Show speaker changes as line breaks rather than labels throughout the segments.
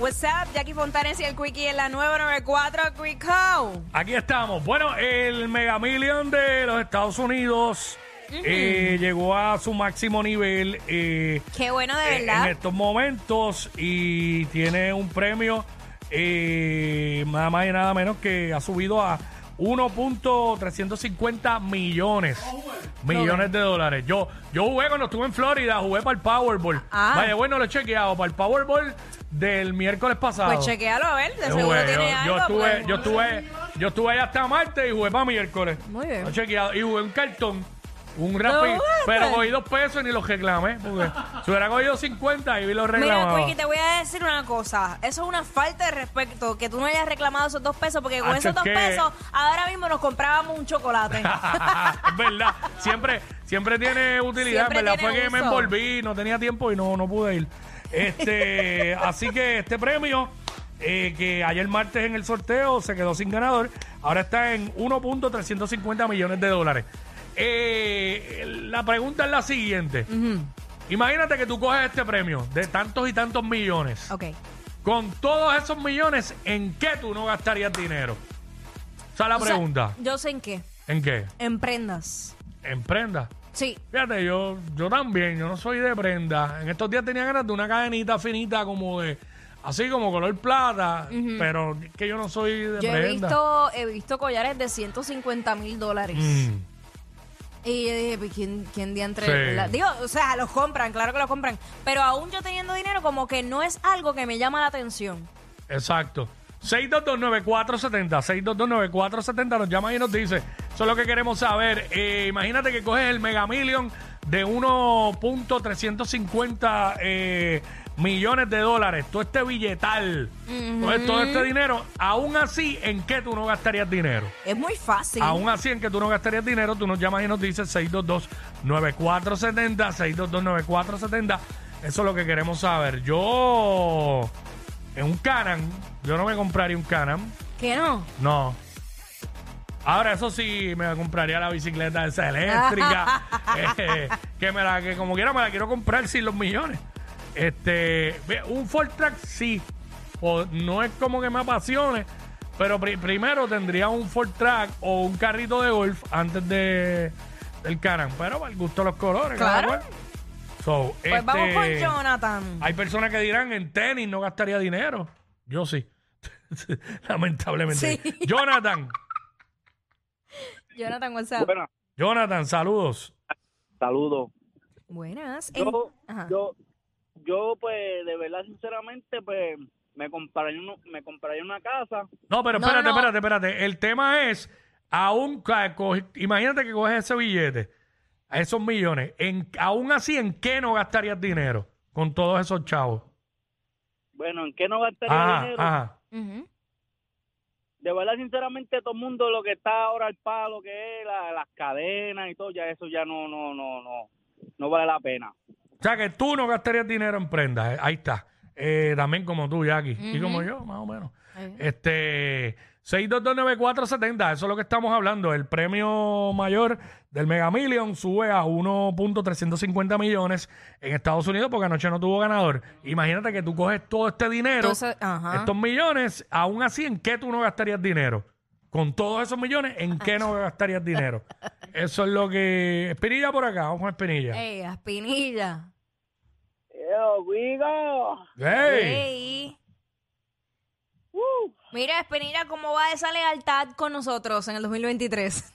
What's up, Jackie Fontanes y el Quickie en la 994 Quicko.
Aquí estamos. Bueno, el Mega Million de los Estados Unidos eh, llegó a su máximo nivel eh,
Qué bueno de
eh, en
verdad. Pues
estos momentos y tiene un premio eh, nada más y nada menos que ha subido a 1.350 millones
Oh,
millones de dólares. Yo yo jugué cuando estuve en Florida, jugué para el Powerball.
Ah.
Vaya, bueno, lo he chequeado para el Powerball del miércoles pasado.
Pues chequealo a ver, de
Yo
seguro
jugué,
tiene
yo,
algo.
yo estuve,
pues.
yo estuve, yo estuve allá hasta martes y jugué para miércoles.
Muy bien.
No he chequeado. Y jugué un cartón, un rapid,
jugaste?
pero cogí dos pesos y ni los reclamé. Porque si hubiera cogido 50 y vi los
Mira,
reclamaba.
Quickie, te voy a decir una cosa. Eso es una falta de respeto, que tú no hayas reclamado esos dos pesos, porque con
Hacho,
esos dos
¿qué?
pesos ahora mismo nos comprábamos un chocolate.
es verdad, siempre, siempre tiene utilidad,
Siempre
¿verdad?
tiene
Fue que me
uso.
envolví, no tenía tiempo y no, no pude ir. Este, así que este premio, eh, que ayer martes en el sorteo se quedó sin ganador, ahora está en 1.350 millones de dólares. Eh, la pregunta es la siguiente. Imagínate que tú coges este premio de tantos y tantos millones.
ok.
Con todos esos millones, ¿en qué tú no gastarías dinero? Esa es la
O sea,
pregunta.
yo sé en qué.
¿En qué?
En prendas.
En prenda.
Sí.
Fíjate, yo, yo también, yo no soy de prenda. En estos días tenía ganas de una cadenita finita como de, así como color plata, pero es que yo no soy de
Yo he
prenda.
visto, he visto collares de 150 mil dólares.
Mm,
Y yo dije, pues, ¿quién, quién diantre?
Sí.
¿verdad? Digo, o sea, los compran, claro que los compran. Pero aún yo teniendo dinero, como que no es algo que me llama la atención.
exacto. 6229470, 6229470 nos llama y nos dice, eso es lo que queremos saber. Eh, imagínate que coges el Mega Million de 1.350 eh, millones de dólares, todo este billetal, todo- todo este dinero, aún así, ¿en qué tú no gastarías dinero?
Es muy fácil.
Aún así, en que tú no gastarías dinero, tú nos llamas y nos dices 622-9470, 622-9470. Eso es lo que queremos saber. Yo, en un Canan, yo no me compraría un Canan,
¿Qué no?
no. Ahora, eso sí, me compraría la bicicleta esa eléctrica, eh, que, me la, que como quiera me la quiero comprar sin los millones. Este, ve, un Ford Track sí, o no es como que me apasione, pero pri- primero tendría un Ford Track o un carrito de golf antes de del Caran, pero para el gusto de los colores.
Claro.
cada cual. So,
Pues vamos con
este,
Jonathan.
hay personas que dirán en tenis no gastaría dinero. Yo sí. Lamentablemente.
Sí.
Jonathan,
Jonathan, WhatsApp.
Bueno,
Jonathan, saludos.
saludos.
Buenas. En-
Yo,
Ajá.
yo, yo, pues, de verdad, sinceramente, pues, me compraría, uno- me compraría una casa.
No, pero
No,
espérate,
no, no.
espérate, espérate. El tema es, aún ca- cogi- imagínate que coges ese billete, a esos millones, en, aún así, ¿en qué no gastarías dinero con todos esos chavos?
Bueno, ¿en qué no gastaría
Ajá,
dinero?
ajá.
Ujú.
De verdad, sinceramente, todo el mundo lo que está ahora al palo, que es la- las cadenas y todo, ya eso ya no, no, no, no, no vale la pena.
O sea, que tú no gastarías dinero en prendas. eh, Ahí está. Eh, también como tú, Jackie. Y como yo, más o menos.
Ahí.
Este. 6229470, eso es lo que estamos hablando. El premio mayor del Mega Million sube a 1.350 millones en Estados Unidos porque anoche no tuvo ganador. Imagínate que tú coges todo este dinero,
Entonces, ajá.
estos millones, aún así, ¿en qué tú no gastarías dinero? Con todos esos millones, ¿en qué no gastarías dinero? Eso es lo que... Espinilla por acá, vamos con Espinilla.
Ey, Aspinilla.
Yo, Guigo.
¡Ey!
Ey. Mira, Espinilla, ¿cómo va esa lealtad con nosotros en el 2023?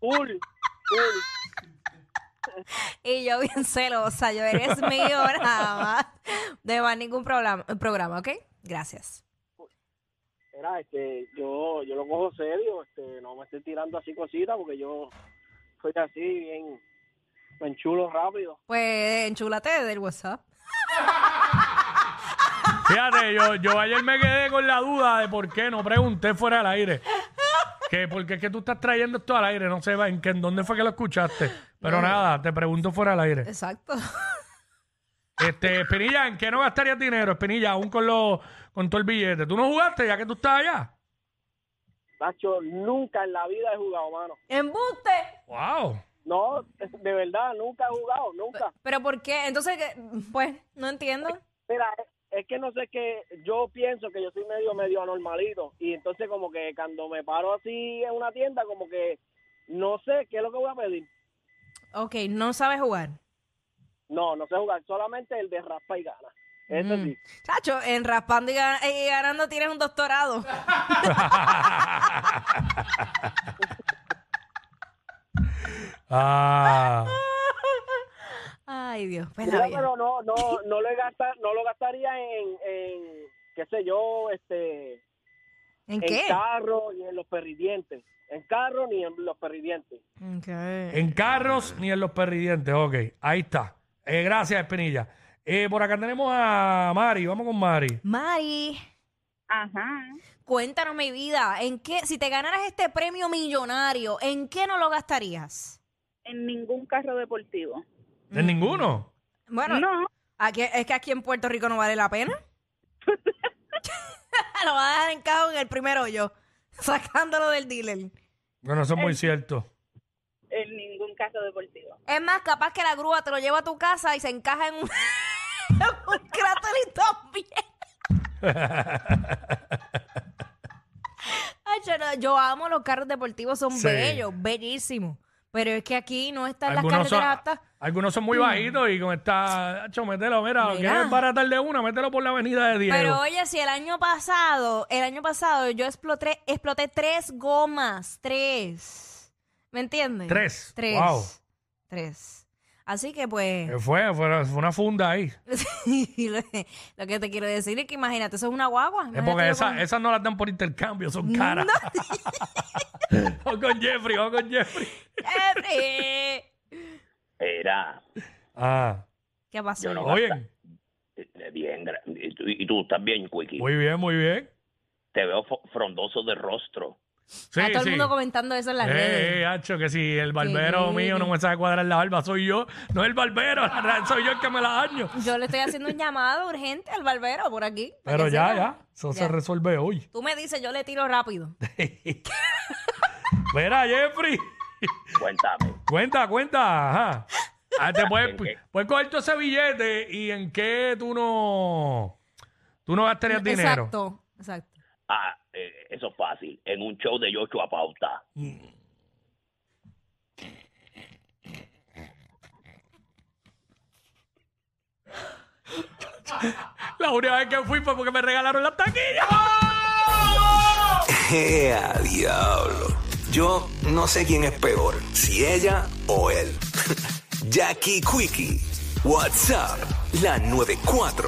Full, full.
Y yo bien celosa, yo eres mío nada más. De más ningún programa, programa, ¿ok? Gracias.
Era, este, yo, yo lo cojo serio, este, no me estoy tirando así cositas porque yo soy así, bien, bien chulo rápido.
Pues enchúlate del WhatsApp.
Fíjate, yo, yo ayer me quedé con la duda de por qué no pregunté fuera del aire. Que porque es que tú estás trayendo esto al aire, no sé va, en, qué- en dónde fue que lo escuchaste. Pero nada, te pregunto fuera del aire.
Exacto.
Este, Espinilla, ¿en qué no gastarías dinero, Espinilla, aún con los, con todo el billete? ¿Tú no jugaste ya que tú estás allá?
Nacho, nunca en la vida he jugado, mano.
¡Embuste!
¡Wow!
No, de verdad, nunca he jugado, nunca.
¿Pero por qué? Entonces, ¿qué? pues, no entiendo.
Mira, es que no sé qué, yo pienso que yo soy medio, medio anormalito. Y entonces como que cuando me paro así en una tienda, como que no sé qué es lo que voy a pedir.
Ok, no sabe jugar.
No, no sé jugar, solamente el de raspa y gana. Eso
Mm.
sí.
Chacho, en raspando y, gan- y ganando tienes un doctorado.
Ah,
Ay, Dios. Pues
Mira,
está bien.
pero no, no, no lo he gasta- no lo gastaría en, en, qué sé yo, este,
¿En
en
qué?
carro y en los perridientes. En carro ni en los perridientes.
Ok.
en carros ni en los perridientes. Ok, ahí está. Eh, gracias, Espinilla. Eh, por acá tenemos a Mari. Vamos con Mari.
Mari,
Ajá.
cuéntanos mi vida. ¿En qué, si te ganaras este premio millonario, ¿en qué no lo gastarías?
En ningún carro deportivo.
¿En ninguno?
Bueno,
No,
aquí- es que aquí en Puerto Rico no vale la pena. lo vas a dejar en cajo en el primer hoyo, sacándolo del dealer.
Bueno, eso es muy cierto.
en ningún carro deportivo.
Es más, capaz que la grúa te lo lleva a tu casa y se encaja en un, en un cráter y también. Ay, yo, no- yo amo los carros deportivos, son
Sí.
bellos, bellísimos. Pero es que aquí no están las
Algunos son,
carreteras aptas.
algunos son muy bajitos y con esta... Acho, mételo, mira,
Mm. Mira.
quieres baratar de una, mételo por la avenida de Diego.
Pero oye, si el año pasado, el año pasado yo exploté, exploté tres gomas, tres. ¿Me entiendes?
Tres.
Tres.
Wow.
Tres. Así que pues...
Eh, fue, fue, fue una funda ahí.
Sí, lo, lo que te quiero decir es que imagínate, eso es una guagua.
Es
imagínate
porque
yo
esa-
con-
esas no las dan por intercambio, son caras. vamos con Jeffrey, vamos con Jeffrey.
Eh, eh,
Era,
Ah,
¿Qué pasó?
Yo no-
oye,
eh, bien, gra- y tú, y tú estás bien, Quickie.
muy bien, muy bien.
Te veo fo- frondoso de rostro.
Sí,
a todo
sí.
el mundo comentando eso en las
Eh,
redes.
eh, hacho, que si el barbero
Sí.
mío no me sabe cuadrar la barba, soy yo. No es el barbero, la verdad, soy yo el que me la daño.
Yo le estoy haciendo un llamado urgente al barbero por aquí. para
Pero
que
ya,
sepa.
ya, eso
Ya.
se resuelve hoy.
Tú me dices, yo le tiro rápido.
Mira, Jeffrey,
Cuéntame.
cuenta, cuenta. Ajá. Ah, te puedes,
¿En qué?
puedes coger todo ese billete y en qué tú no, tú no gastarías dinero.
Exacto, exacto.
Ah, eh, eso es fácil. En un show de Yocho a pauta.
La única vez que fui fue porque me regalaron las taquillas.
¡Ea, diablo! Yo no sé quién es peor, si ella o él. Jackie Quickie, WhatsApp, la 94.